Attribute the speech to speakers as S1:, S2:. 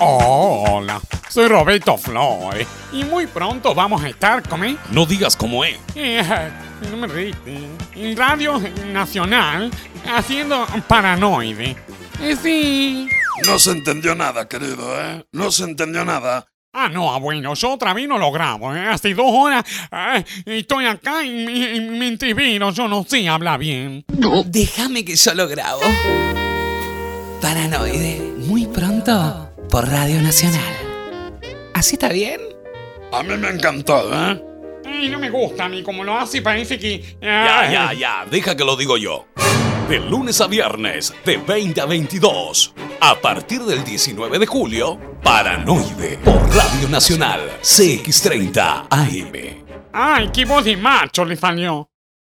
S1: Oh, hola, soy Roberto Flores y muy pronto vamos a estar con él
S2: No digas cómo es.
S1: eh, no me ríe, en Radio Nacional haciendo paranoide. Eh, sí.
S3: No se entendió nada, querido, ¿eh? No se entendió nada.
S1: Ah, no, abuelo, yo otra vez no lo grabo. eh, Hace dos horas eh, estoy acá y me- me entrevino, yo no sé hablar bien.
S4: Déjame que yo lo grabo. Paranoide, muy pronto por Radio Nacional. ¿Así está bien?
S3: A mí me encantó, ¿eh?
S1: Ay, no me gusta, ni como lo hace parece que... ah,
S2: Ya, ya, ya, deja que lo digo yo. De lunes a viernes, de 20 a 22. A partir del 19 de julio, Paranoide por Radio Nacional, CX30 AM.
S1: Ay, qué voz de macho le salió.